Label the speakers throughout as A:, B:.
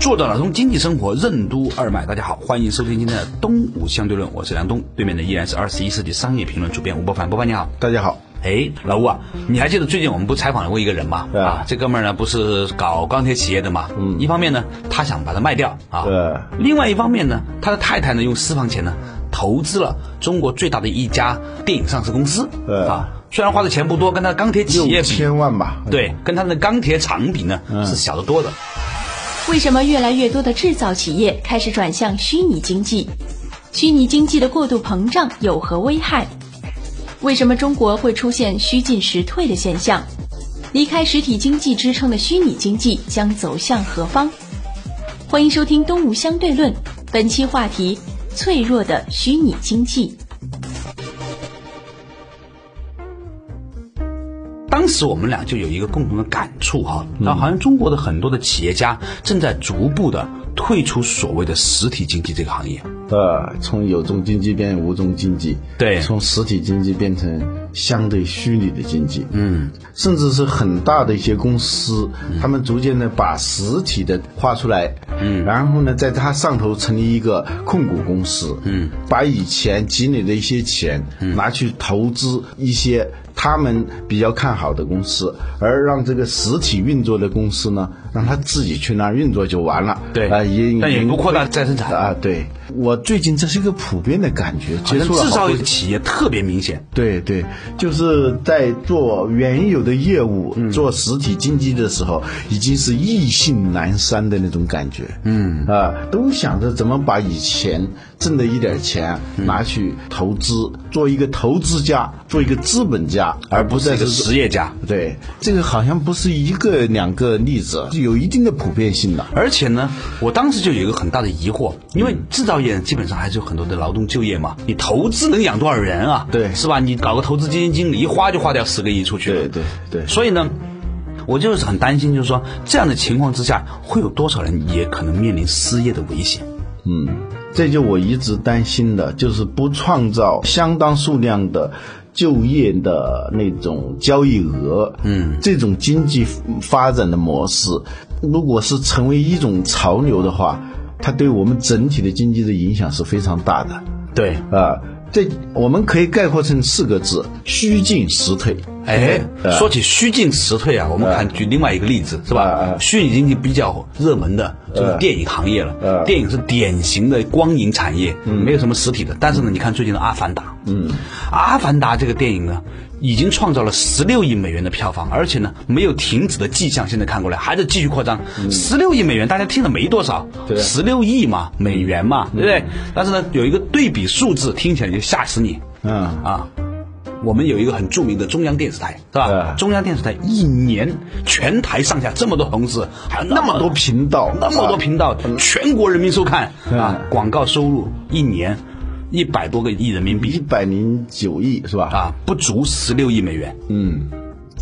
A: 坐到打通经济生活任督二脉，大家好，欢迎收听今天的《东吴相对论》，我是梁东，对面的依然是二十一世纪商业评论主编吴伯凡，伯凡你好。
B: 大家好，
A: 哎，老吴啊，你还记得最近我们不采访过一个人吗？
B: 对啊
A: 这哥们儿呢不是搞钢铁企业的嘛？嗯，一方面呢，他想把它卖掉啊，
B: 对
A: 另外一方面呢，他的太太呢用私房钱呢投资了中国最大的一家电影上市公司，
B: 对
A: 啊，虽然花的钱不多，跟他钢铁企业
B: 六
A: 比，
B: 千万吧？
A: 对，跟他的钢铁厂比呢、
B: 嗯
A: 是小得多的。
C: 为什么越来越多的制造企业开始转向虚拟经济？虚拟经济的过度膨胀有何危害？为什么中国会出现虚进实退的现象？离开实体经济支撑的虚拟经济将走向何方？欢迎收听《东吴相对论》，本期话题：脆弱的虚拟经济。
A: 当时我们俩就有一个共同的感触哈、
B: 嗯
A: 那好像中国的很多的企业家正在逐步的退出所谓的实体经济这个行业。
B: 呃，从有中经济变无中经济，
A: 对
B: 从实体经济变成相对虚拟的经济，嗯，甚至是很大的一些公司，
A: 嗯
B: 他们逐渐的把实体的画出来，嗯，然后呢，在它上头成立一个控股公司，嗯，把以前积累的一些钱
A: 嗯
B: 拿去投资一些他们比较看好的公司，而让这个实体运作的公司呢，让它自己去那儿运作就完了，
A: 对
B: 啊，也
A: 但也不扩大再生产
B: 啊，对，我最近这是一个普遍的感觉，
A: 好
B: 接
A: 像
B: 触了
A: 制
B: 好
A: 造
B: 多
A: 业企业特别明显，
B: 对对，就是在做原有的业务、做实体经济的时候，已经是意兴阑珊的那种感觉。嗯啊、都想着怎么把以前挣的一点钱、拿去投资，做一个投资家，做一个资本家，而不再
A: 这
B: 是
A: 个实业家。
B: 对，这个好像不是一个两个例子，有一定的普遍性的。
A: 而且呢，我当时就有一个很大的疑惑，因
B: 嗯
A: 为制造业基本上还是有很多的劳动就业嘛，你投资能养多少人啊？
B: 对
A: 是吧？你搞个投资基金经理，一花就花掉十个亿出去了。
B: 对对对
A: 所以呢。我就是很担心，就是说这样的情况之下，会有多少人也可能面临失业的危险？
B: 嗯，这就我一直担心的，就是不创造相当数量的就业的那种交易额，嗯，这种经济发展的模式，如果是成为一种潮流的话，它对我们整体的经济的影响是非常大的。
A: 对，
B: 啊、这我们可以概括成四个字：虚进实退。
A: 哎，
B: 呃
A: 说起虚进实退啊，我们看举另外一个例子是
B: 呃
A: 吧？
B: 呃
A: 虚拟经济比较热门的就是电影行业了，
B: 呃
A: 电影是典型的光影产业，没有什么实体的。但是呢，你看最近的《阿凡达》，嗯，《阿凡达》这个电影呢，已经创造了十六亿美元的票房，而且呢，没有停止的迹象。现在看过来，还在继续扩张，十六亿美元，大家听了没多少，十六亿嘛，美元嘛，对不对？但是呢，有一个对比数字，听起来就吓死你，
B: 嗯
A: 啊，我们有一个很著名的中央电视台，是吧？
B: 对
A: 中央电视台一年全台上下这么多同志，还有那么
B: 那么多频道啊
A: 那么多频道，全国人民收看啊，广告收入一年一百多个亿人民
B: 一
A: 币
B: 百零九亿是吧？
A: 啊，不足十六亿美元。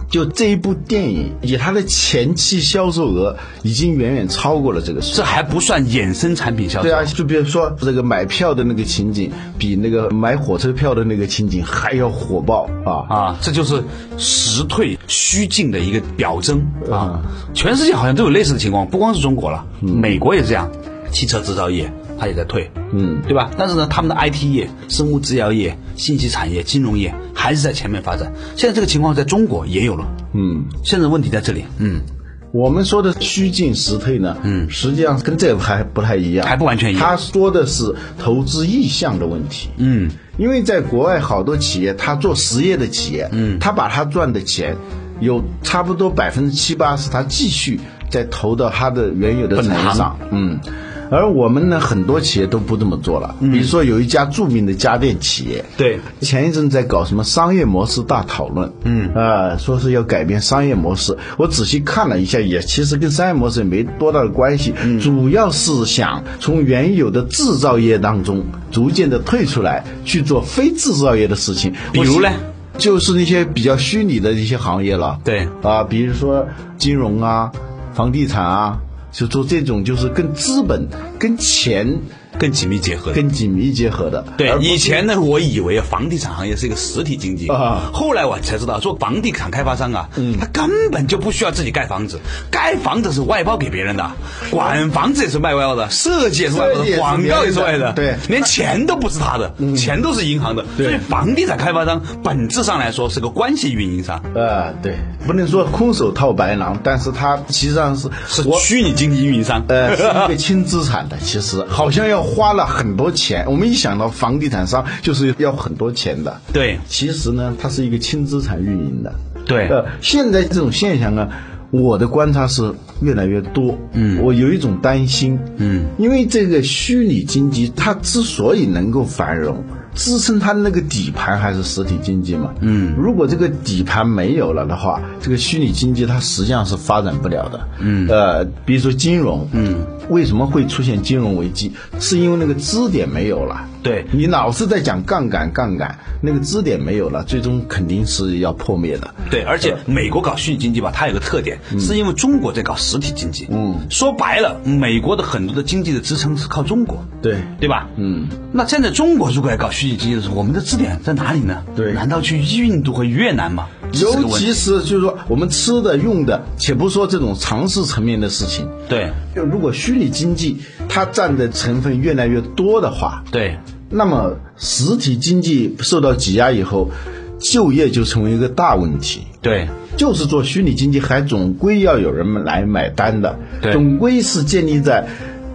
B: 就这一部电影，以它的前期销售额已经远远超过了这个数。
A: 这还不算衍生产品销售。
B: 对啊，就比如说这个买票的那个情景，比那个买火车票的那个情景还要火爆啊！
A: 啊，这就是实退虚进的一个表征啊！全世界好像都有类似的情况，不光是中国了，美国也这样，汽车制造业它也在退，嗯，对吧？但是呢，他们的 IT 业、生物制药业、信息产业、金融业还是在前面发展。现在这个情况在中国也有了，嗯，现在问题在这里，嗯，
B: 我们说的虚进实退呢，嗯，实际上跟这个还不太一样，
A: 还不完全一样
B: 他说的是投资意向的问题，嗯，因为在国外好多企业，他做实业的企业，嗯，他把他赚的钱，有差不多百分之七八是他继续再投到他的原有的
A: 本
B: 产业
A: 行嗯
B: 上，嗯，而我们呢，很多企业都不这么做了。比如说有一家著名的家电企业，
A: 对
B: 前一阵在搞什么商业模式大讨论，嗯，啊，说是要改变商业模式。我仔细看了一下，也其实跟商业模式也没多大的关系，
A: 嗯
B: 主要是想从原有的制造业当中逐渐的退出来，去做非制造业的事情。
A: 比如
B: 我
A: 呢
B: 是就是那些比较虚拟的一些行业了，
A: 对
B: 啊，比如说金融啊、房地产啊，就做这种就是跟资本、跟钱、
A: 更紧密结合的。
B: 跟紧密结合的。
A: 对
B: 而，不是
A: 以前呢，我以为房地产行业是一个实体经济
B: 啊嗯
A: 后来我才知道，做房地产开发商啊，他根本就不需要自己盖房子，盖房子是外包给别人的，管房子也是外包的，设计也是外包
B: 设计
A: 的，
B: 也是
A: 广告也是外包的，
B: 别人的对嗯
A: 连钱都不是他的，钱都是银行的，所以房地产开发商本质上来说是个关系运营商，
B: 呃，对，不能说空手套白狼，但是它实际上是
A: 是
B: 我
A: 虚拟经济运营商。
B: 呃，是一个轻资产的， 其实好像要花了很多钱。我们一想到房地产商，就是要很多钱的。
A: 对
B: 其实呢，它是一个轻资产运营的。
A: 对
B: 呃，现在这种现象呢，我的观察是越来越多。嗯，我有一种担心。嗯，因为这个虚拟经济它之所以能够繁荣。支撑它那个底盘还是实体经济嘛？嗯，如果这个底盘没有了的话，这个虚拟经济它实际上是发展不了的。嗯，呃，比如说金融，嗯，为什么会出现金融危机？是因为那个支点没有了。
A: 对
B: 你老是在讲杠杆，杠杆，那个支点没有了，最终肯定是要破灭的。
A: 对，而且
B: 嗯
A: 美国搞虚拟经济吧，它有个特点，是因为中国在搞实体经济。
B: 嗯，
A: 说白了，美国的很多的经济的支撑是靠中国，
B: 对
A: 对吧？
B: 嗯，
A: 那现在中国如果要搞虚拟经济的时候，我们的支点在哪里呢？
B: 对
A: 难道去印度和越南吗？这是个
B: 尤
A: 问
B: 其
A: 题
B: 是就是说我们吃的、用的，且不说这种常识层面的事情，
A: 对
B: 就如果虚拟经济它占的成分越来越多的话，
A: 对
B: 那么实体经济受到挤压以后，就业就成为一个大问题。
A: 对
B: 就是做虚拟经济，还总归要有人来买单的，
A: 对
B: 总归是建立在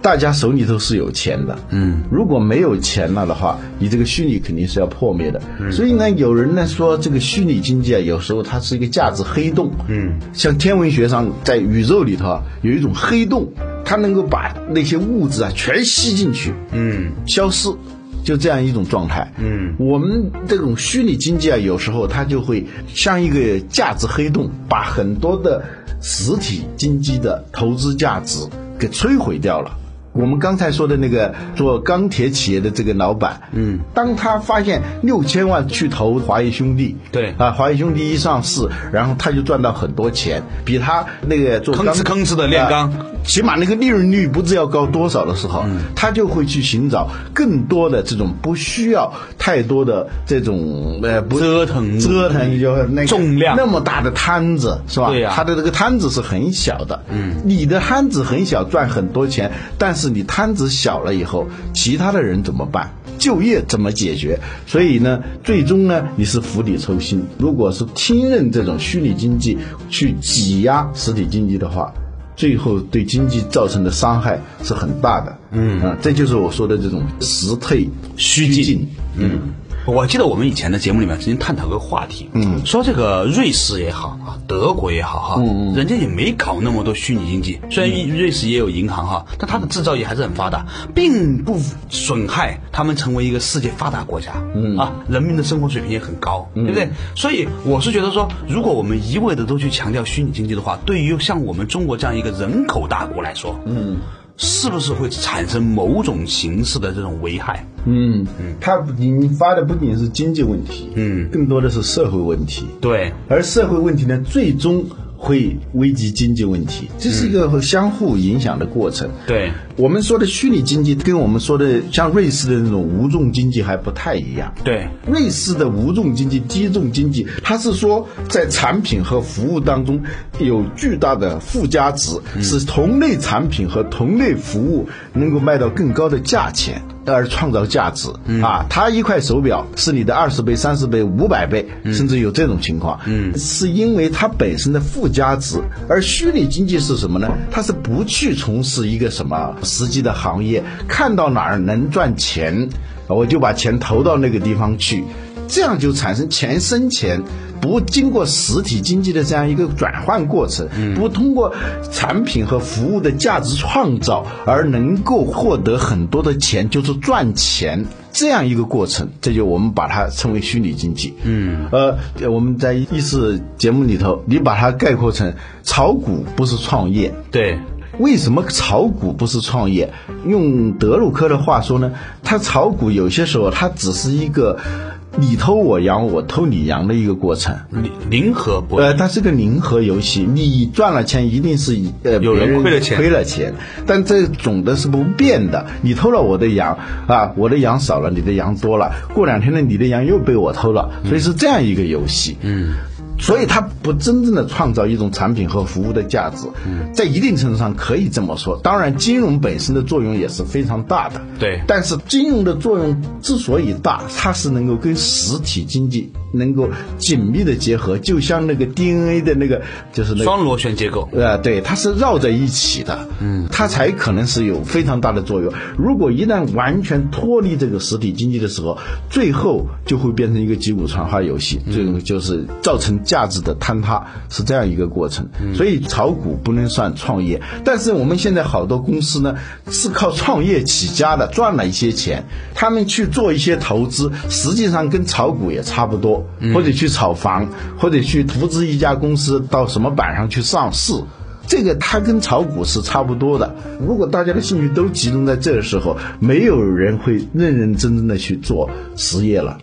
B: 大家手里头是有钱的。嗯，如果没有钱了的话，你这个虚拟肯定是要破灭的。所以呢，有人呢说这个虚拟经济啊，有时候它是一个价值黑洞。嗯，像天文学上在宇宙里头啊，有一种黑洞，它能够把那些物质啊全吸进去，嗯，消失。就这样一种状态。嗯，我们这种虚拟经济啊，有时候它就会像一个价值黑洞，把很多的实体经济的投资价值给摧毁掉了。我们刚才说的那个做钢铁企业的这个老板，嗯，当他发现六千万去投华谊兄弟，
A: 对
B: 啊，华谊兄弟一上市，然后他就赚到很多钱，比他那个做
A: 吭
B: 钢
A: 哧吭哧地炼钢
B: 啊起码那个利润率不知要高多少的时候，他就会去寻找更多的这种不需要太多的这种呃不
A: 折腾
B: 折腾有那个
A: 重量
B: 那么大的摊子是吧？
A: 对呀
B: 他的这个摊子是很小的，嗯，你的摊子很小，赚很多钱，但是你摊子小了以后，其他的人怎么办？就业怎么解决？所以呢，最终呢，你是釜底抽薪。如果是听任这种虚拟经济去挤压实体经济的话，最后对经济造成的伤害是很大的。嗯啊，这就是我说的这种实退
A: 虚
B: 进。
A: 进嗯，我记得我们以前的节目里面曾经探讨过话题，嗯，说这个瑞士也好啊，德国也好哈，嗯人家也没搞那么多虚拟经济，虽然瑞士也有银行哈，但它的制造业还是很发达，并不损害他们成为一个世界发达国家，嗯啊，人民的生活水平也很高，对不对？所以我是觉得说，如果我们一味的都去强调虚拟经济的话，对于像我们中国这样一个人口大国来说，嗯。是不是会产生某种形式的这种危害？
B: 嗯，它引发的不仅是经济问题，
A: 嗯
B: 更多的是社会问题。
A: 对，
B: 而社会问题呢，最终会危及经济问题，这是一个相互影响的过程。
A: 对，
B: 我们说的虚拟经济跟我们说的像瑞士的那种无重经济还不太一样。
A: 对，
B: 瑞士的无重经济、低重经济，它是说在产品和服务当中有巨大的附加值，使同类产品和同类服务能够卖到更高的价钱。而创造价值、啊！它一块手表是你的二十倍、三十倍、五百倍，甚至有这种情况。嗯，是因为它本身的附加值，而虚拟经济是什么呢？它是不去从事一个什么实际的行业，看到哪儿能赚钱，我就把钱投到那个地方去。这样就产生钱生钱不经过实体经济的这样一个转换过程，不通过产品和服务的价值创造而能够获得很多的钱，就是赚钱。这样一个过程，这就我们把它称为虚拟经济。嗯，呃，我们在意识节目里头，你把它概括成炒股不是创业，
A: 对，
B: 为什么炒股不是创业？用德鲁克的话说呢，他炒股有些时候它只是一个你偷我羊，我偷你羊的一个过程。
A: 零零和博弈
B: 呃，它是个零和游戏，你赚了钱一定是以呃
A: 有人
B: 别
A: 亏了钱
B: 亏了钱，但这总的是不变的。你偷了我的羊啊，我的羊少了，你的羊多了，过两天呢，你的羊又被我偷了，
A: 嗯
B: 所以是这样一个游戏。嗯。所以它不真正的创造一种产品和服务的价值，
A: 嗯
B: 在一定程度上可以这么说。当然，金融本身的作用也是非常大的。
A: 对
B: 但是金融的作用之所以大，它是能够跟实体经济能够紧密的结合，就像那个 DNA 的那个就是那个
A: 双螺旋结构。
B: 呃，对，它是绕在一起的，嗯，它才可能是有非常大的作用。如果一旦完全脱离这个实体经济的时候，最后就会变成一个击鼓传花游戏，最后就是造成价值的坍塌，是这样一个过程。所以炒股不能算创业，但是我们现在好多公司呢是靠创业起家的，赚了一些钱，他们去做一些投资，实际上跟炒股也差不多，
A: 嗯
B: 或者去炒房，或者去投资一家公司到什么板上去上市。这个它跟炒股是差不多的。如果大家的兴趣都集中在这个时候，没有人会认认真真的去做实业了。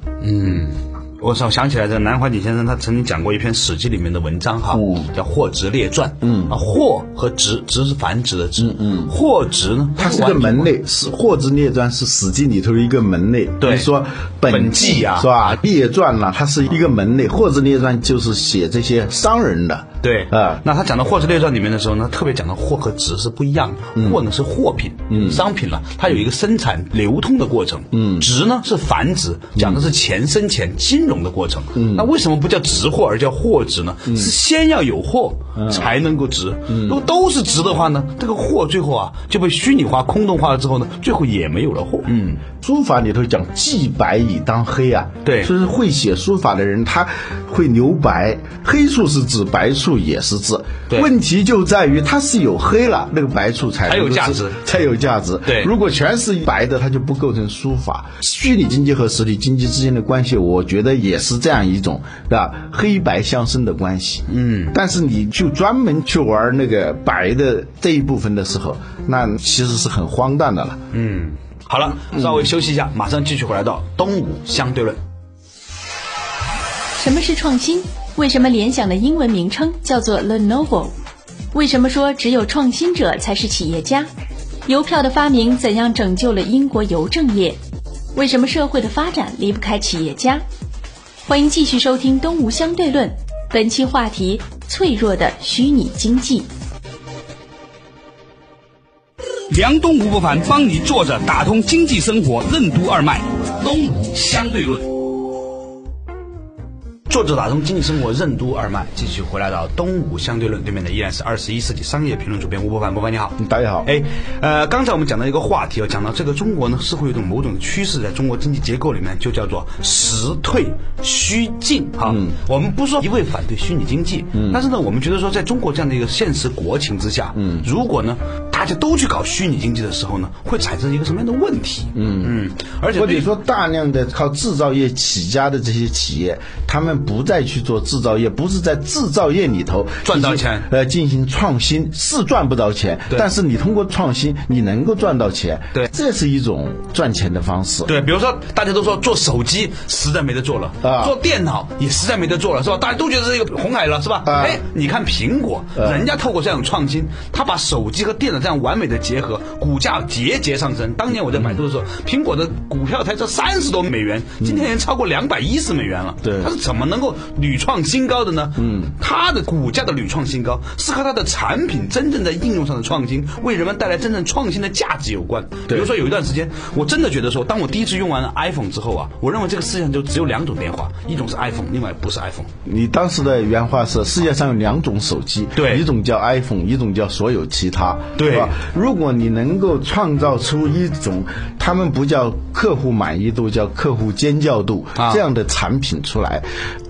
A: 我想想起来，这南怀瑾先生他曾经讲过一篇《史记》里面的文章哈，
B: 嗯
A: 叫《货殖列传》。嗯，啊，货和殖，殖是繁殖的殖。嗯，货殖呢，
B: 它是
A: 完
B: 个
A: 全
B: 门类，是《货之列传》是《史记》里头的一个门类。
A: 对
B: 你说本
A: 本纪啊
B: 是吧？列传呢、它是一个门类，《货之列传》就是写这些商人的。
A: 对
B: 啊
A: 那他讲到《货殖列传》里面的时候呢，特别讲到货和值是不一样的。货呢是货品，嗯，商品了，它有一个生产流通的过程。嗯，值呢是繁殖，讲的是钱生钱金融的过程。嗯，那为什么不叫值货而叫货值呢？是先要有货才能够值。如果都是值的话呢，这个货最后啊就被虚拟化、空洞化了之后呢，最后也没有了货。嗯，
B: 书法里头讲“既白以当黑”啊，
A: 对
B: 就是会写书法的人，他会留白，黑处是指，白处也是字。
A: 对
B: 问题就在于它是有黑了，那个白处才
A: 才有
B: 能够
A: 价
B: 是
A: 值
B: 才有价值。
A: 对
B: 如果全是白的，它就不构成书法。虚拟经济和实体经济之间的关系，我觉得也是这样一种，对吧？黑白相生的关系。嗯，但是你就专门去玩那个白的这一部分的时候，那其实是很荒诞的了。
A: 好了，稍微休息一下，马上继续回来到东吴相对论。
C: 什么是创新？为什么联想的英文名称叫做 Lenovo？为什么说只有创新者才是企业家？邮票的发明怎样拯救了英国邮政业？为什么社会的发展离不开企业家？欢迎继续收听《东吴相对论》，本期话题：脆弱的虚拟经济。
D: 梁东吴不凡帮你坐着打通经济生活任督二脉，东吴相对论。
A: 作者打通经济生活任督二脉，继续回来到东吴相对论对面的依然是二十一世纪商业评论主编吴伯凡，伯凡你好。
B: 大家好，
A: 哎，呃，刚才我们讲到一个话题啊，讲到这个中国呢，似乎有一种某种趋势，在中国经济结构里面就叫做实退虚进哈。
B: 嗯
A: 我们不是说一味反对虚拟经济，但是呢，我们觉得说，在中国这样的一个现实国情之下，
B: 嗯
A: 如果呢大家都去搞虚拟经济的时候呢，会产生一个什么样的问题？嗯嗯，而且
B: 或
A: 对
B: 者
A: 于
B: 说大量的靠制造业起家的这些企业，他们不再去做制造业，不是在制造业里头
A: 赚到
B: 进行
A: 钱
B: 呃，进行创新是赚不到钱，
A: 对
B: 但是你通过创新，你能够赚到钱，
A: 对
B: 这是一种赚钱的方式。
A: 对，比如说大家都说做手机实在没得做了，
B: 啊
A: 做电脑也实在没得做了，是吧？大家都觉得是一个红海了，是吧？
B: 啊
A: 哎，你看苹果，
B: 啊
A: 人家透过这样创新，他把手机和电脑这样完美的结合，股价节节上升。当年我在买车的时候，
B: 嗯
A: 苹果的股票才这三十多美元，今天已经超过两百一十美元了。
B: 对
A: 它是怎么能够屡创新高的呢？嗯，它的股价的屡创新高是和它的产品真正在应用上的创新，为人们带来真正创新的价值有关。比如说有一段时间，我真的觉得说，当我第一次用完 iPhone 之后啊，我认为这个世界上就只有两种电话，一种是 iPhone，另外不是 iPhone。
B: 你当时的原话是：世界上有两种手机，
A: 对
B: 一种叫 iPhone，一种叫所有其他，
A: 对
B: 是吧吧？如果你能够创造出一种，他们不叫客户满意度，叫客户尖叫度、
A: 啊
B: 这样的产品出来。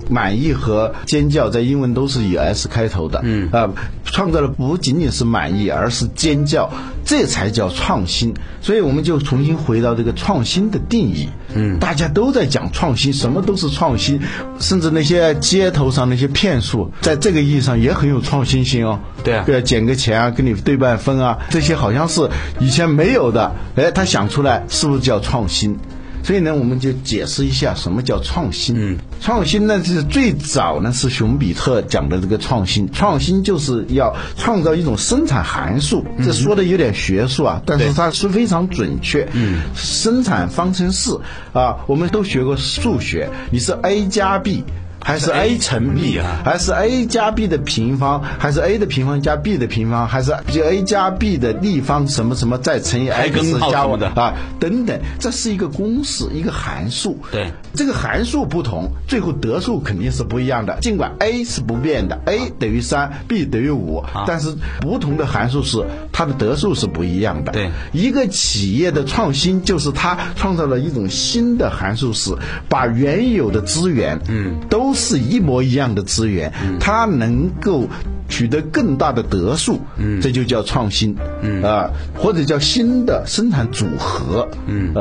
B: 满意和尖叫在英文都是以 S 开头的，嗯啊、创造的不仅仅是满意，而是尖叫，这才叫创新。所以我们就重新回到这个创新的定义。嗯，大家都在讲创新，什么都是创新，甚至那些街头上那些骗术，在这个意义上也很有创新性哦。
A: 对啊
B: 对啊，减个钱啊，跟你对半分啊，这些好像是以前没有的。哎，他想出来是不是叫创新？所以呢，我们就解释一下什么叫创新。嗯，创新呢是最早呢是熊彼特讲的这个创新，创新就是要创造一种生产函数，这说的有点学术啊，但是它是非常准确。嗯，生产方程式啊，我们都学过数学，你是 a 加 b。还是 a 乘 b 啊，还是 a 加 b 的平方，还是 a 的平方加 b 的平方，还是 a 加 b 的立方什么什么再乘以
A: 还
B: x
A: 根号
B: 加
A: 什么
B: y
A: 的
B: 啊等等，这是一个公式，一个函数。
A: 对，
B: 这个函数不同，最后得数肯定是不一样的。尽管 a 是不变的，a 等于三，b 等于五，
A: 啊
B: 但是不同的函数是它的得数是不一样的。
A: 对
B: 一个企业的创新就是它创造了一种新的函数式，把原有的资源，嗯，都是一模一样的资源，它能够取得更大的得数，嗯，这就叫创新，嗯啊、或者叫新的生产组合，嗯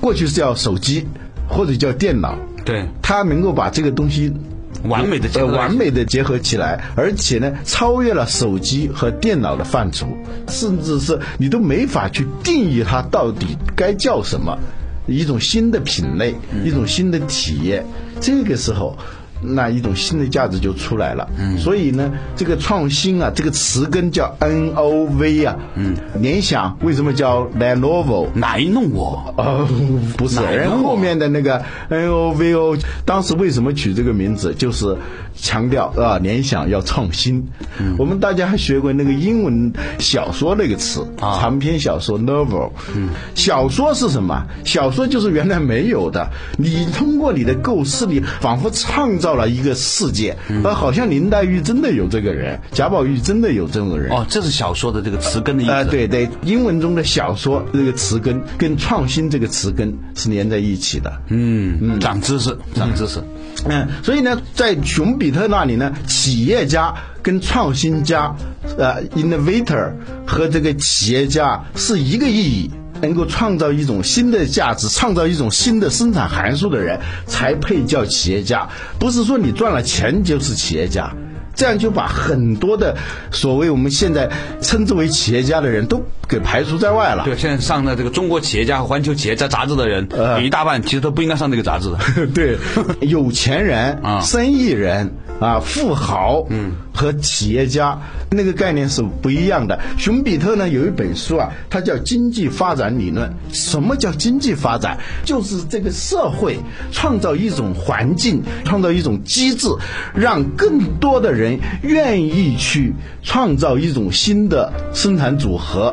B: 过去是叫手机或者叫电脑，
A: 对
B: 它能够把这个东西。
A: 完美地结
B: 呃
A: 合在一起
B: 完美的结合起来，而且呢，超越了手机和电脑的范畴，甚至是你都没法去定义它到底该叫什么，一种新的品类，一种新的体验。这个时候。那一种新的价值就出来了，嗯，所以呢，这个创新啊，这个词根叫 N O V 啊，嗯，联想为什么叫 Lenovo？
A: 来弄我，
B: 哦，不是，
A: 哪一个
B: 然后后面的那个 N O V O，当时为什么取这个名字，就是强调啊、联想要创新。我们大家还学过那个英文小说那个词，长篇小说 novel。小说是什么？小说就是原来没有的，你通过你的构思，你仿佛创造了一个世界，而好像林黛玉真的有这个人，贾宝玉真的有这种人。
A: 哦，这是小说的这个词根的意思。
B: 啊、对对，英文中的小说这个词根跟创新这个词根是连在一起的。
A: 嗯，长知识，长知识。
B: 嗯，所以呢，在熊彼特那里呢，企业家跟创新家，呃，innovator 和这个企业家是一个意义。能够创造一种新的价值，创造一种新的生产函数的人，才配叫企业家。不是说你赚了钱就是企业家，这样就把很多的所谓我们现在称之为企业家的人都给排除在外了。
A: 对，现在上的这个《中国企业家》和《环球企业家》杂志的人，
B: 呃
A: 有一大半其实都不应该上这个杂 志的。
B: 对，有钱人
A: 啊
B: 生意人啊，富豪，嗯，和企业家那个概念是不一样的。熊彼特呢有一本书啊，它叫《经济发展理论》。什么叫经济发展？就是这个社会创造一种环境，创造一种机制，让更多的人愿意去创造一种新的生产组合。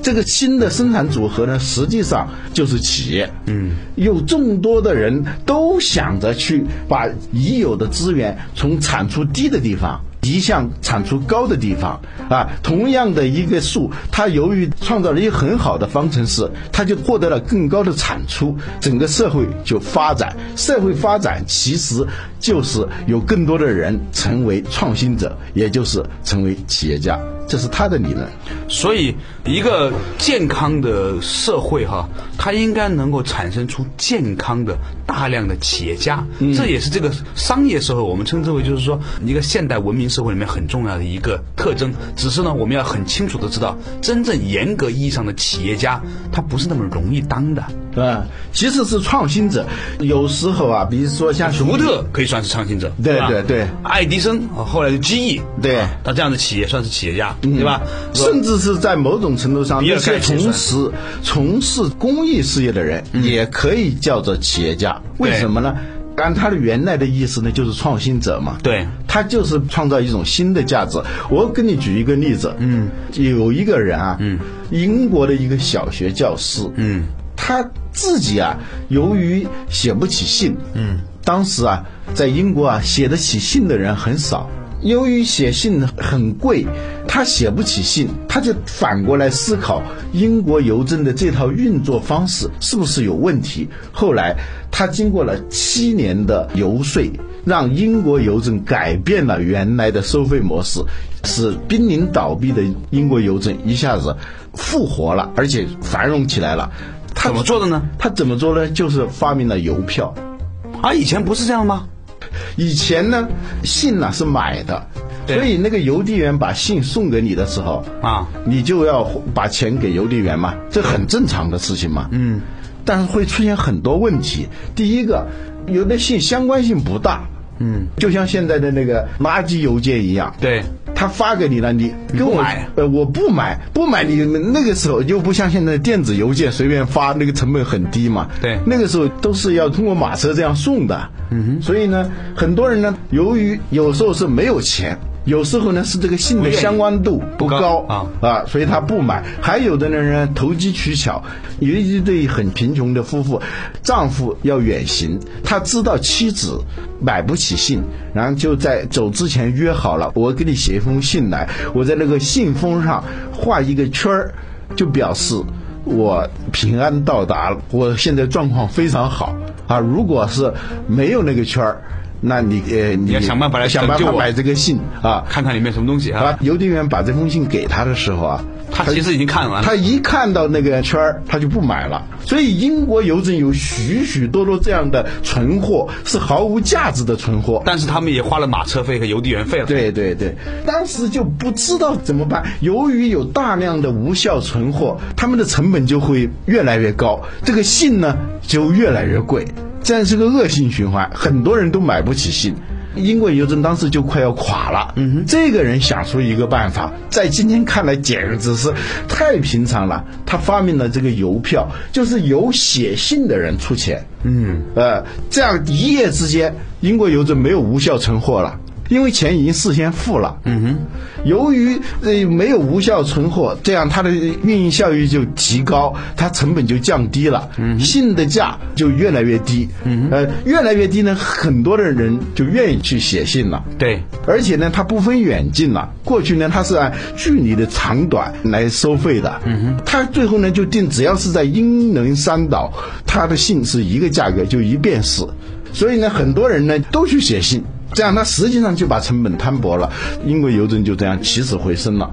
B: 这个新的生产组合呢，实际上就是企业。嗯，有众多的人都想着去把已有的资源从产出低的地方移向产出高的地方啊。同样的一个数，它由于创造了一个很好的方程式，它就获得了更高的产出，整个社会就发展。社会发展其实就是有更多的人成为创新者，也就是成为企业家。这是他的理论。
A: 所以，一个健康的社会哈，它应该能够产生出健康的大量的企业家，
B: 嗯
A: 这也是这个商业社会我们称之为就是说一个现代文明社会里面很重要的一个特征。只是呢，我们要很清楚的知道，真正严格意义上的企业家，他不是那么容易当的。
B: 嗯，其实是创新者。有时候啊，比如说像
A: 福特嗯可以算是创新者，
B: 对
A: 吧
B: 对对
A: 爱迪生啊后来就机翼，
B: 对
A: 啊那这样的企业算是企业家，对吧？
B: 甚至是在某种程度上，
A: 比
B: 那
A: 尔盖
B: 些
A: 茨
B: 从事从事公益事业的人，也可以叫做企业家。为
A: 嗯对
B: 什么呢？按他的原来的意思呢，就是创新者嘛。
A: 对
B: 他就是创造一种新的价值。我给你举一个例子，嗯，有一个人啊，嗯，英国的一个小学教师，嗯，他自己啊，由于写不起信，嗯，当时啊，在英国啊，写得起信的人很少。由于写信很贵，他写不起信，他就反过来思考英国邮政的这套运作方式是不是有问题。后来，他经过了七年的游说，让英国邮政改变了原来的收费模式，使濒临倒闭的英国邮政一下子复活了，而且繁荣起来了。他
A: 怎么做的呢？
B: 他怎么做呢？就是发明了邮票。
A: 啊，以前不是这样吗？
B: 以前呢，信呢、是买的，所以那个邮递员把信送给你的时候
A: 啊，
B: 你就要把钱给邮递员嘛，这很正常的事情嘛。嗯，但是会出现很多问题。第一个，有的信相关性不大。嗯，就像现在的那个垃圾邮件一样，
A: 对，
B: 他发给你了，你跟
A: 不
B: 我
A: 买啊
B: 呃，我不买，不买你那个时候又不像现在电子邮件随便发，那个成本很低嘛。
A: 对
B: 那个时候都是要通过马车这样送的。嗯所以呢，很多人呢，由于有时候是没有钱。有时候呢是这个信的
A: 愿意
B: 相关度
A: 不
B: 不高
A: 高啊
B: 啊，所以他不买。还有的人呢投机取巧，有一对很贫穷的夫妇，丈夫要远行，他知道妻子买不起信，然后就在走之前约好了，我给你写一封信来，我在那个信封上画一个圈儿，就表示。我平安到达了，我现在状况非常好啊！如果是没有那个圈儿，那你呃，你
A: 要想办法来
B: 想办
A: 拯
B: 法
A: 救我
B: 买这个信啊，
A: 看看里面什么东西啊
B: 啊，邮递员把这封信给他的时候啊，
A: 他其实已经看完了
B: 他一看到那个圈儿，他就不买了。所以英国邮政有许许多多这样的存货，是毫无价值的存货。
A: 但是他们也花了马车费和邮递员费了。，
B: 对对对，当时就不知道怎么办。由于有大量的无效存货，他们的成本就会越来越高，这个信呢就越来越贵，这样是个恶性循环，很多人都买不起信。英国邮政当时就快要垮了，嗯哼，这个人想出一个办法，在今天看来简直是太平常了。他发明了这个邮票，就是由写信的人出钱，嗯，呃，这样一夜之间，英国邮政没有无效存货了。因为钱已经事先付了。嗯哼，由于呃没有无效存货，这样它的运营效益就提高，它成本就降低了，嗯、信的价就越来越低。嗯呃，越来越低呢，很多的人就愿意去写信了。
A: 对，
B: 而且呢，它不分远近了。过去呢，它是按距离的长短来收费的。嗯哼，它最后呢就定，只要是在英伦三岛，它的信是一个价格，就一便士。所以呢，很多人呢都去写信，这样它实际上就把成本摊薄了。英国邮政就这样起死回生了。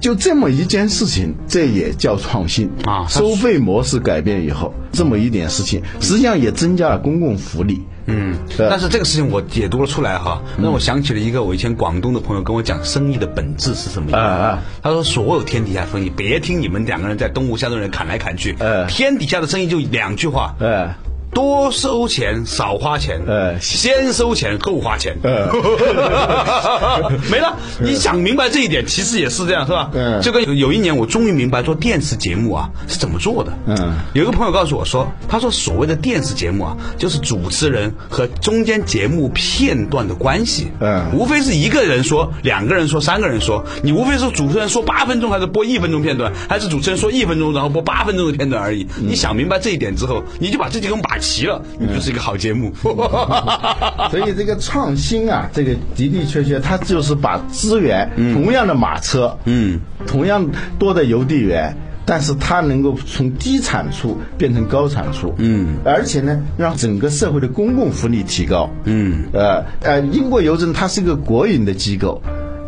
B: 就这么一件事情，这也叫创新
A: 啊它
B: 收费模式改变以后，这么一点事情，实际上也增加了公共福利。嗯，
A: 但是这个事情我解读了出来哈，让我想起了一个我以前广东的朋友跟我讲生意的本质是什么样。
B: 啊啊
A: 他说所有天底下生意，别听你们两个人在东吴相对人砍来砍去，
B: 呃
A: 天底下的生意就两句话，
B: 呃，
A: 多收钱少花钱，
B: 呃
A: 先收钱后花钱，
B: 呃
A: 没了。你想明白这一点，其实也是这样，是吧？
B: 嗯
A: 这个有一年我终于明白做电视节目啊是怎么做的。
B: 嗯，
A: 有一个朋友告诉我说，他说所谓的电视节目啊，就是主持人和中间节目片段的关系。
B: 嗯
A: 无非是一个人说，两个人说，三个人说，你无非是主持人说八分钟，还是播一分钟片段，还是主持人说一分钟，然后播八分钟的片段而已。
B: 嗯
A: 你想明白这一点之后，你就把这几个码齐 了，你就是一个好节目。
B: 所以这个创新啊，这个的的确确，它就是把资源，同样的马车，嗯，同样多的邮递员。但是它能够从低产出变成高产出，嗯，而且呢，让整个社会的公共福利提高，嗯，呃呃，英国邮政它是一个国营的机构，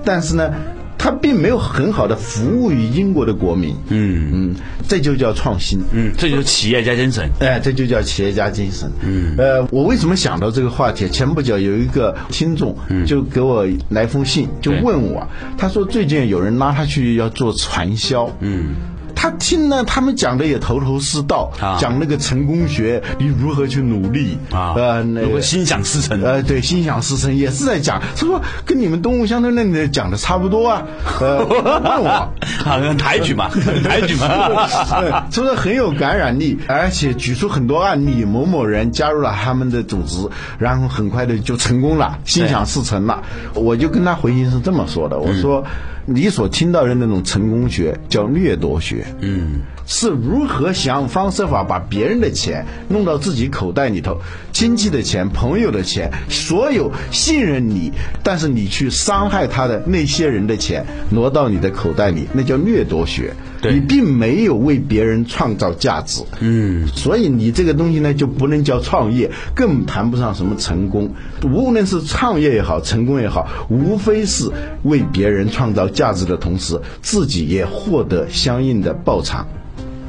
B: 但是呢，它并没有很好的服务于英国的国民，嗯嗯，这就叫创新，嗯。
E: 嗯，这就是企业家精神。
B: 哎，这就叫企业家精神。嗯，呃，我为什么想到这个话题？前不久有一个听众
A: 嗯
B: 就给我来封信，就问我，他说最近有人拉他去要做传销。嗯。他听了他们讲的也头头是道，
A: 啊
B: 讲那个成功学，你如何去努力
A: 啊
B: 呃，那
A: 如
B: 个
A: 何心想事成。
B: 呃，对，心想事成也是在讲，他说跟你们东吴相对论的讲的差不多啊。 呃，问我，
A: 好像 抬举嘛，抬举嘛。
B: 说的很有感染力，而且举出很多案例，某某人加入了他们的组织，然后很快的就成功了，心想事成了。我就跟他回信是这么说的，我说。你所听到的那种成功学叫掠夺学，嗯，是如何想方设法把别人的钱弄到自己口袋里头，亲戚的钱、朋友的钱，所有信任你，但是你去伤害他的那些人的钱挪到你的口袋里，那叫掠夺学。
A: 对
B: 你并没有为别人创造价值，嗯，所以你这个东西呢就不能叫创业，更谈不上什么成功。无论是创业也好，成功也好，无非是为别人创造价值的同时，自己也获得相应的报偿。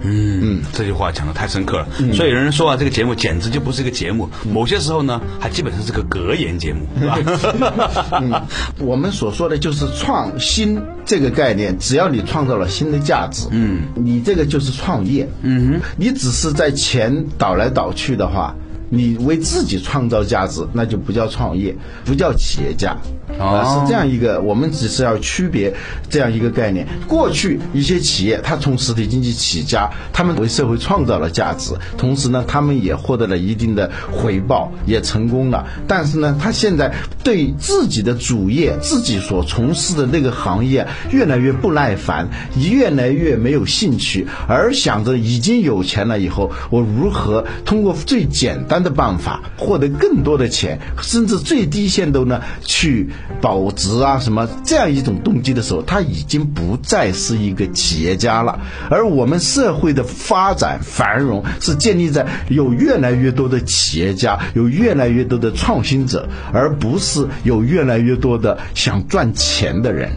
A: 嗯，这句话讲的太深刻了，所以有人说啊，这个节目简直就不是一个节目，某些时候呢，还基本上是个格言节目，是吧？
B: 我们所说的就是创新这个概念，只要你创造了新的价值，嗯，你这个就是创业，嗯哼，你只是在钱倒来倒去的话。你为自己创造价值，那就不叫创业，不叫企业家，啊、是这样一个。我们只是要区别这样一个概念。过去一些企业，它从实体经济起家，他们为社会创造了价值，同时呢，他们也获得了一定的回报，也成功了。但是呢，他现在对自己的主业、自己所从事的那个行业越来越不耐烦，越来越没有兴趣，而想着已经有钱了以后，我如何通过最简单的办法获得更多的钱，甚至最低限度呢去保值啊什么这样一种动机的时候，他已经不再是一个企业家了。而我们社会的发展繁荣是建立在有越来越多的企业家，有越来越多的创新者，而不是有越来越多的想赚钱的人。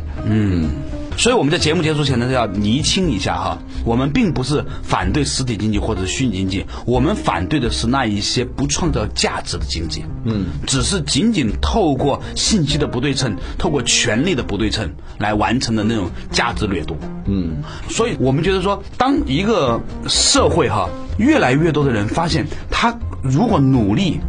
A: 所以我们在节目结束前呢，要厘清一下哈，我们并不是反对实体经济或者是虚拟经济，我们反对的是那一些不创造价值的经济。嗯，只是仅仅透过信息的不对称，透过权力的不对称来完成的那种价值掠夺。嗯，所以我们觉得说，当一个社会哈，越来越多的人发现，他如果努力。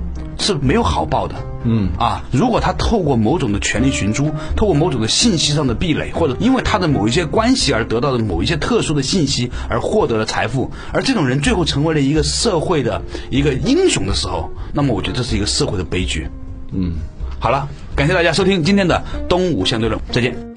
A: 是没有好报的。嗯啊，如果他透过某种的权力寻租，透过某种的信息上的壁垒，或者因为他的某一些关系而得到的某一些特殊的信息而获得了财富，而这种人最后成为了一个社会的一个英雄的时候，那么我觉得这是一个社会的悲剧。嗯，好了，感谢大家收听今天的东吴相对论，再见。